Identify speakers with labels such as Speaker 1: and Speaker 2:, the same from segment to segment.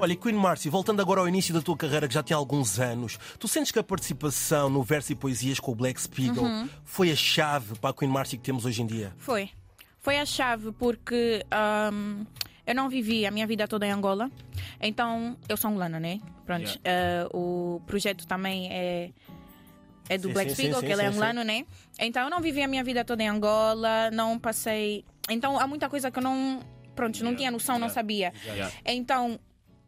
Speaker 1: Olha, e Queen Marcy, voltando agora ao início da tua carreira, que já tem alguns anos, tu sentes que a participação no Verso e Poesias com o Black Spiegel
Speaker 2: Uhum.
Speaker 1: foi a chave para a Queen Marcy que temos hoje em dia?
Speaker 2: Foi. Foi a chave porque ahm, eu não vivi a minha vida toda em Angola. Então, eu sou angolana, né? Pronto. eh, o projeto também é, é do
Speaker 1: Sim,
Speaker 2: Black
Speaker 1: sim,
Speaker 2: Spiegel,
Speaker 1: sim,
Speaker 2: que ele
Speaker 1: sim,
Speaker 2: é
Speaker 1: sim.
Speaker 2: angolano, né? Então, eu não vivi a minha vida toda em Angola, não passei. Então, há muita coisa que eu não. Pronto, não tinha noção, não sabia.
Speaker 3: Yeah.
Speaker 2: Então,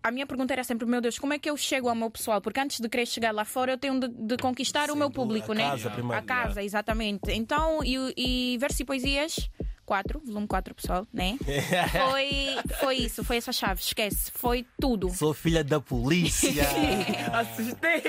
Speaker 2: a minha pergunta era sempre: meu Deus, como é que eu chego ao meu pessoal? Porque antes de querer chegar lá fora, eu tenho de, de conquistar o meu público,
Speaker 1: a
Speaker 2: né?
Speaker 1: casa primeiro. é.
Speaker 2: A casa, exatamente. Então, e, e Versos e Poesias 4, volume 4, pessoal, né? Foi, foi isso, foi essa chave, esquece. Foi tudo.
Speaker 1: Sou filha da polícia!
Speaker 3: Assustei!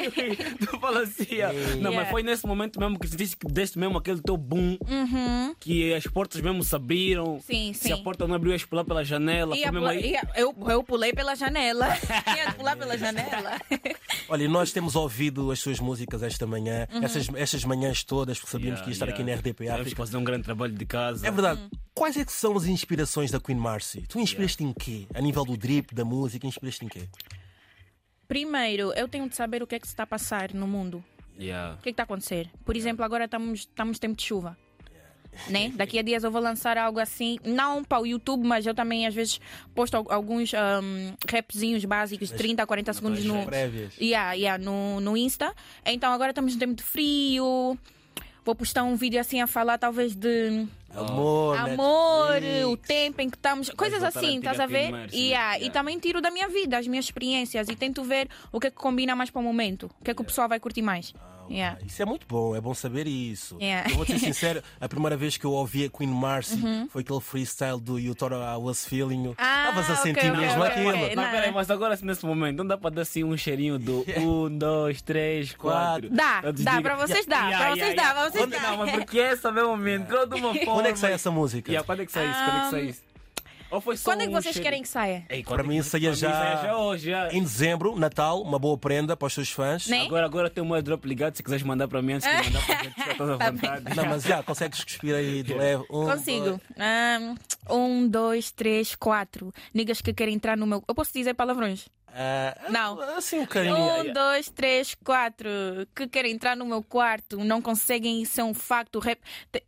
Speaker 3: tu fala assim. ah. Não, mas
Speaker 2: Yeah.
Speaker 3: foi nesse momento mesmo que sentiste que deste mesmo aquele teu boom,
Speaker 2: Uhum.
Speaker 3: que as portas mesmo se abriram.
Speaker 2: Sim,
Speaker 3: Se
Speaker 2: sim.
Speaker 3: a porta não abriu, ias pular pela janela.
Speaker 2: E
Speaker 3: foi
Speaker 2: a
Speaker 3: mesmo
Speaker 2: pula-
Speaker 3: aí.
Speaker 2: e a- eu, eu pulei pela janela. Tinha de pular pela janela.
Speaker 1: Olha, e nós temos ouvido as suas músicas esta manhã,
Speaker 2: Uhum.
Speaker 1: essas, estas manhãs todas, porque sabíamos que ia estar
Speaker 3: Yeah,
Speaker 1: aqui na
Speaker 3: yeah.
Speaker 1: RDP
Speaker 3: Tivemos que
Speaker 1: África.
Speaker 3: fazer um grande trabalho de casa.
Speaker 1: É verdade. Quais é que são as inspirações da Queen Marcy? Tu inspiraste em quê? A nível do drip, da música, inspiraste em quê?
Speaker 2: Primeiro, eu tenho de saber o que é que se está a passar no mundo.
Speaker 3: Yeah.
Speaker 2: O que é que está a acontecer? Por exemplo, agora estamos, estamos tempo de chuva. Né? Daqui a dias eu vou lançar algo assim, não para o YouTube, mas eu também às vezes posto al- alguns ahm, rapzinhos básicos de 30 a 40 segundos no,
Speaker 3: é
Speaker 1: Prévias.
Speaker 2: yeah, yeah, no, no Insta. Então agora estamos no tempo de frio. Vou postar um vídeo assim a falar, talvez, de
Speaker 1: Amor, né?
Speaker 2: amor, o tempo em que estamos, coisas
Speaker 3: voltar à
Speaker 2: assim,
Speaker 3: antiga
Speaker 2: estás a ver?
Speaker 3: Queen Mercy, né?
Speaker 2: Yeah, E
Speaker 3: Yeah.
Speaker 2: também tiro da minha vida, as minhas experiências e tento ver o que é que combina mais para o momento, o que é que o pessoal vai curtir mais.
Speaker 3: Ah,
Speaker 2: Yeah.
Speaker 1: Isso é muito bom, é bom saber isso.
Speaker 2: Yeah.
Speaker 1: Eu vou ser sincero, a primeira vez que eu ouvi a Queen Marcy foi aquele freestyle do You Thought I Was Feeling. You.
Speaker 2: Uhum. Ah,
Speaker 1: Estavas a
Speaker 2: ok,
Speaker 1: sentir
Speaker 2: ok,
Speaker 1: mesmo
Speaker 2: ok,
Speaker 1: aquilo.
Speaker 2: ok.
Speaker 3: Mas
Speaker 2: Não.
Speaker 3: peraí, mas agora assim, nesse momento, não dá para dar assim um cheirinho do 1, 2, 3, 4.
Speaker 2: Dá, dá, para vocês dá, para vocês dá, para vocês dá.
Speaker 3: Não, mas porque essa mesmo me entrou de uma forma.
Speaker 1: Quando é que sai essa música?
Speaker 3: Yeah, quando é que sai isso? Quando é que sai isso? Ou foi só
Speaker 2: Ah, Quando é que
Speaker 3: um é
Speaker 2: vocês
Speaker 3: cheirinho?
Speaker 2: querem que saia?
Speaker 3: Ei,
Speaker 1: Para mim saia
Speaker 3: para
Speaker 1: já-
Speaker 3: já hoje, já.
Speaker 1: Em dezembro, Natal, uma boa prenda para os seus fãs.
Speaker 2: Né?
Speaker 3: Agora, agora tem o meu drop ligado, se quiseres mandar para mim antes
Speaker 2: É.
Speaker 3: de mandar para gente, estás
Speaker 2: Tá
Speaker 3: à vontade.
Speaker 1: Não, mas já, consegues cuspir aí de leve. Um,
Speaker 2: Consigo. Ah, Um, dois, três, quatro. Niggas que querem entrar no meu. Eu posso dizer palavrões?
Speaker 1: Ah,
Speaker 2: Não.
Speaker 1: Assim um bocadinho.
Speaker 2: Um, dois, três, quatro. Que querem entrar no meu quarto. Não conseguem, isso é um facto. Rap. te-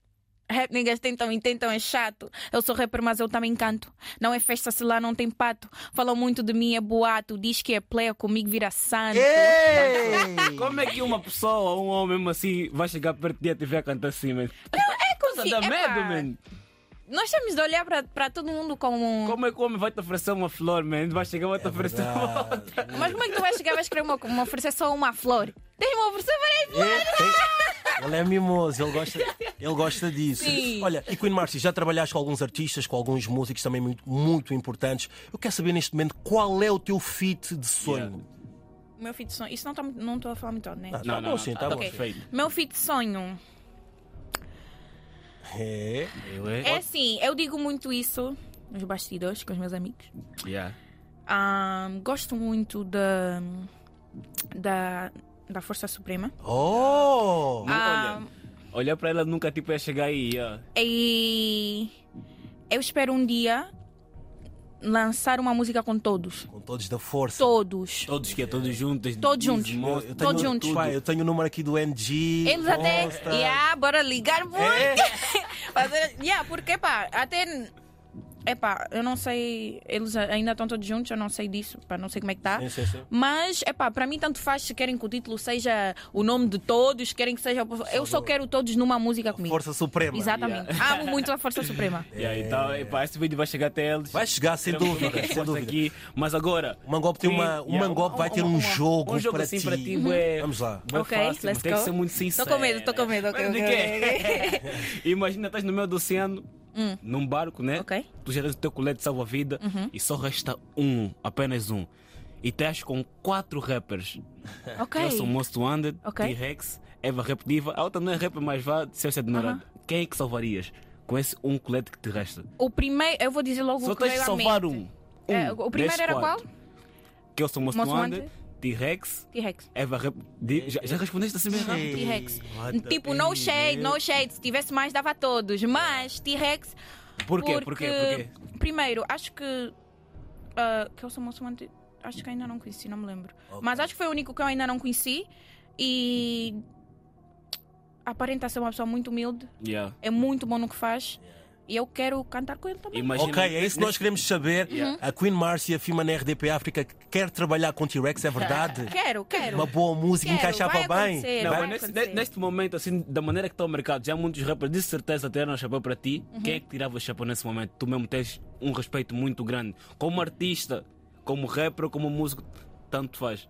Speaker 2: Rap niggas tentam e tentam, é chato. Eu sou rapper, mas eu também canto. Não é festa se lá não tem pato. Falam muito de mim, é boato. Diz que é pleia, comigo vira santo.
Speaker 1: Ei!
Speaker 3: Como é que uma pessoa, um homem mesmo assim, vai chegar perto de ti e te ver a cantar assim, mano?
Speaker 2: É
Speaker 3: Coisa
Speaker 2: consi-
Speaker 3: dá
Speaker 2: epá,
Speaker 3: medo, mano.
Speaker 2: Nós temos de olhar para todo mundo como. um-
Speaker 3: Como é que o homem vai te oferecer uma flor, mano? Vai chegar e vai te oferecer uma
Speaker 1: Ah,
Speaker 2: Mas como é que tu vais chegar e vais querer uma, me oferecer só uma flor? Tens-me a oferecer várias flores.
Speaker 1: É, tem- Ele é mimoso, ele gosta, ele gosta disso.
Speaker 2: Sim.
Speaker 1: Olha, e Queen Marcy, já trabalhaste com alguns artistas, com alguns músicos também muito, muito importantes. Eu quero saber neste momento qual é o teu feat de sonho.
Speaker 2: O meu feito de sonho. Isso não tá muito- não estou a falar muito alto, né?
Speaker 1: Ah, tá bom, sim, tá
Speaker 3: tá
Speaker 1: bom.
Speaker 2: ok.
Speaker 3: feito.
Speaker 2: Meu feito de sonho.
Speaker 1: É.
Speaker 3: Eu, é?
Speaker 2: É assim, eu digo muito isso nos bastidores com os meus amigos.
Speaker 3: Yeah.
Speaker 2: Ahm, gosto muito da, da, da Força Suprema.
Speaker 1: Oh!
Speaker 2: Ah.
Speaker 3: Olha, olhar para ela nunca tipo ia chegar aí. Yeah.
Speaker 2: E eu espero um dia lançar uma música com todos.
Speaker 1: Com todos da força.
Speaker 2: Todos.
Speaker 3: Todos que todos juntos.
Speaker 2: Todos juntos.
Speaker 1: é, Eu- eu tenho-
Speaker 2: Todos juntos.
Speaker 1: Pai, eu tenho o número aqui do NG.
Speaker 2: Eles até.
Speaker 1: Mostra.
Speaker 2: Yeah, bora ligar muito.
Speaker 1: É.
Speaker 2: Fazer- yeah, porque, pá, até. Epá, eu não sei. Eles a- ainda estão todos juntos, eu não sei disso, pá, não sei como é que tá.
Speaker 1: Sim, sim, sim.
Speaker 2: Mas, epá, para mim tanto faz se querem que o título seja o nome de todos, querem que seja. Eu só quero todos numa música comigo.
Speaker 1: Força Suprema.
Speaker 2: Exatamente. Amo muito a Força Suprema.
Speaker 3: Yeah, Então, epá, esse vídeo vai chegar até eles.
Speaker 1: É. Vai chegar, sem
Speaker 3: Tiramos
Speaker 1: dúvida,
Speaker 3: todas as
Speaker 1: sem
Speaker 3: fotos
Speaker 1: dúvida.
Speaker 3: Aqui. Mas agora.
Speaker 1: O Mangope tem uma- o Mangope vai ter um jogo
Speaker 3: um jogo
Speaker 1: Um para
Speaker 3: assim
Speaker 1: ti.
Speaker 3: para ti.
Speaker 1: Uhum.
Speaker 3: bué-
Speaker 1: Vamos lá.
Speaker 3: bué
Speaker 2: Ok,
Speaker 3: fácil,
Speaker 2: let's
Speaker 3: tem que
Speaker 2: go.
Speaker 3: ser muito
Speaker 2: Tô com
Speaker 3: sincero.
Speaker 2: medo, tô com medo, ok,
Speaker 3: Medo de
Speaker 2: ok,
Speaker 3: quê? Imagina, estás no meio do oceano, num barco, né?
Speaker 2: Hum. Ok. Uhum.
Speaker 3: Tu já tens o teu colete de salva-vida e só resta um, apenas um. E estás com quatro rappers.
Speaker 1: Eh,
Speaker 2: Ok.
Speaker 3: Eu sou Most Wanted,
Speaker 2: Ok.
Speaker 3: T-Rex, Eva Rap Diva. A outra não é rapper, mas vá ser-se admirado. Quem é que salvarias? com esse um colete que te resta.
Speaker 2: O primeiro, eu vou dizer logo
Speaker 3: Só
Speaker 2: o que
Speaker 3: tens de
Speaker 2: veio à
Speaker 3: salvar
Speaker 2: mente.
Speaker 3: um. um
Speaker 2: É, o primeiro
Speaker 3: desses
Speaker 2: era
Speaker 3: quatro. Que eu sou Most
Speaker 2: Most
Speaker 3: Wanted,
Speaker 2: Wanted.
Speaker 3: T-Rex,
Speaker 1: um.
Speaker 2: T-Rex.
Speaker 3: Eva... Rep- Di- Já, já respondeste assim mesmo? rápido?
Speaker 2: T-Rex.
Speaker 1: What the-
Speaker 2: Tipo, no shade, no shade. Se tivesse mais, dava a todos. Mas T-Rex.
Speaker 3: Por quê?
Speaker 2: Porque,
Speaker 3: Por quê? Por quê?
Speaker 2: Primeiro, acho que. ah, que eu sou moço anti- Acho que ainda não conheci, não me lembro.
Speaker 1: Ok.
Speaker 2: Mas acho que foi o único que eu ainda não conheci. E. Aparenta ser uma pessoa muito humilde.
Speaker 3: Yeah.
Speaker 2: É muito bom no que faz. E eu quero cantar com ele também.
Speaker 3: Imagina,
Speaker 1: Ok, é isso que nós queremos saber. A Queen Marcia, firma na RDP África, quer trabalhar com T-Rex, é verdade?
Speaker 2: Quero, quero.
Speaker 1: Uma boa música,
Speaker 2: Quero, vai
Speaker 1: encaixava bem.
Speaker 2: acontecer,
Speaker 3: Não,
Speaker 2: É, vai
Speaker 3: mas nesse,
Speaker 2: acontecer.
Speaker 3: ne- neste momento, assim, da maneira que está o mercado, já muitos rappers de certeza tiraram o chapéu para ti.
Speaker 2: Uhum.
Speaker 3: Quem é que tirava o chapéu nesse momento? Tu mesmo tens um respeito muito grande. Como artista, como rapper, como músico, tanto faz.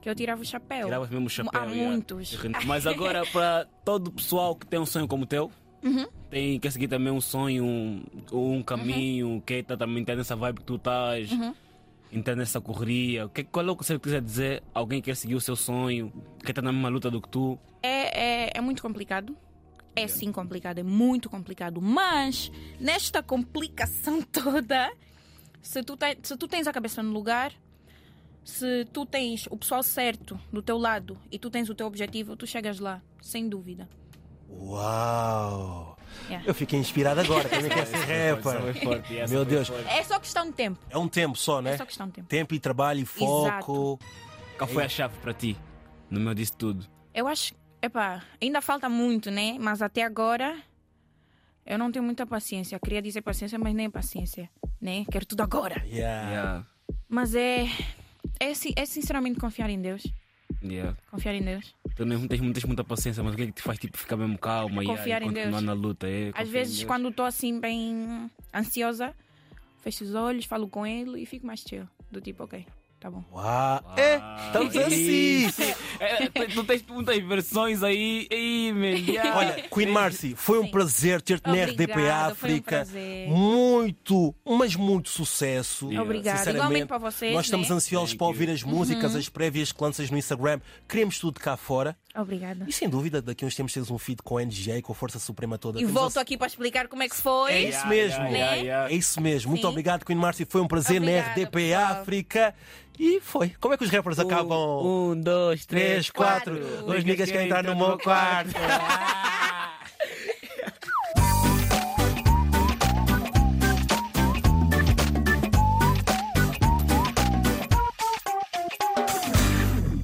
Speaker 2: Que eu tirava o chapéu.
Speaker 3: Tiravas mesmo o chapéu.
Speaker 2: Há
Speaker 3: yeah.
Speaker 2: muitos.
Speaker 3: Mas agora, para todo o pessoal que tem um sonho como o teu,
Speaker 2: Uhum.
Speaker 3: tem que seguir também um sonho, um, um caminho,
Speaker 2: Uhum.
Speaker 3: que tá, também entende essa vibe que tu estás, entende essa correria. Que, qual é o conselho que tu quiser dizer? Alguém quer seguir o seu sonho, que está na mesma luta do que tu.
Speaker 2: É, é, é muito complicado. É sim complicado, é muito complicado. Mas nesta complicação toda, se tu, te- se tu tens a cabeça no lugar, se tu tens o pessoal certo do teu lado e tu tens o teu objetivo, tu chegas lá, sem dúvida.
Speaker 1: Uau!
Speaker 2: Yeah.
Speaker 1: Eu fiquei inspirado agora, também quero ser
Speaker 3: Essa foi
Speaker 1: rapper.
Speaker 3: forte, essa
Speaker 1: Meu
Speaker 3: foi
Speaker 1: Deus.
Speaker 3: forte.
Speaker 2: É só questão de tempo.
Speaker 1: É um tempo só,
Speaker 2: É
Speaker 1: né?
Speaker 2: só questão de tempo.
Speaker 1: Tempo e trabalho e foco.
Speaker 3: Qual foi a chave para ti? No meu disso tudo.
Speaker 2: Eu acho. Epá, ainda falta muito, né? Mas até agora. Eu não tenho muita paciência. Queria dizer paciência, mas nem paciência. Né? Quero tudo agora.
Speaker 1: Yeah.
Speaker 3: Yeah.
Speaker 2: Mas é. É, sin- é sinceramente confiar em Deus.
Speaker 3: Yeah.
Speaker 2: Confiar em Deus.
Speaker 3: Tu não tens, não tens muita paciência, mas o que é que te faz tipo, ficar mesmo calma e-
Speaker 2: Confiar
Speaker 3: e
Speaker 2: em
Speaker 3: continuar
Speaker 2: Deus.
Speaker 3: na luta? É, confiar
Speaker 2: Às
Speaker 3: em
Speaker 2: vezes,
Speaker 3: Deus.
Speaker 2: quando estou assim, bem ansiosa, fecho os olhos, falo com ele e fico mais chill. Do tipo, ok, tá bom.
Speaker 1: Uau! É, estamos
Speaker 3: Ah.
Speaker 1: assim!
Speaker 3: É, tu- tu tens muitas versões aí. Ei, meu Deus.
Speaker 1: Olha, Queen Marcy, foi um
Speaker 2: Sim.
Speaker 1: prazer ter-te na
Speaker 2: Obrigada,
Speaker 1: RDP
Speaker 2: foi um
Speaker 1: África.
Speaker 2: prazer.
Speaker 1: muito, mas muito sucesso.
Speaker 3: Yeah.
Speaker 2: Obrigada.
Speaker 1: Sinceramente,
Speaker 2: Igualmente para vocês.
Speaker 1: Nós estamos
Speaker 2: né? Uhum.
Speaker 1: ansiosos
Speaker 3: Thank
Speaker 1: para
Speaker 3: you.
Speaker 1: ouvir as músicas, as prévias que lanças no Instagram. Queremos tudo cá fora.
Speaker 2: Obrigada.
Speaker 1: E sem dúvida, daqui a uns tempos tens um feed com a NGA, com a Força Suprema toda.
Speaker 2: E
Speaker 1: Temos
Speaker 2: volto
Speaker 1: a-
Speaker 2: aqui para explicar como é que foi.
Speaker 1: É isso mesmo.
Speaker 2: yeah,
Speaker 1: É isso mesmo. Muito
Speaker 2: Sim.
Speaker 1: obrigado, Queen Marcy. Foi um prazer na
Speaker 2: Obrigada,
Speaker 1: RDP
Speaker 2: pessoal.
Speaker 1: África. E foi. Como é que os rappers acabam?
Speaker 3: Um, dois,
Speaker 1: Três,
Speaker 3: três,
Speaker 1: quatro.
Speaker 3: quatro.
Speaker 1: Dois niggas que entrar no meu quarto.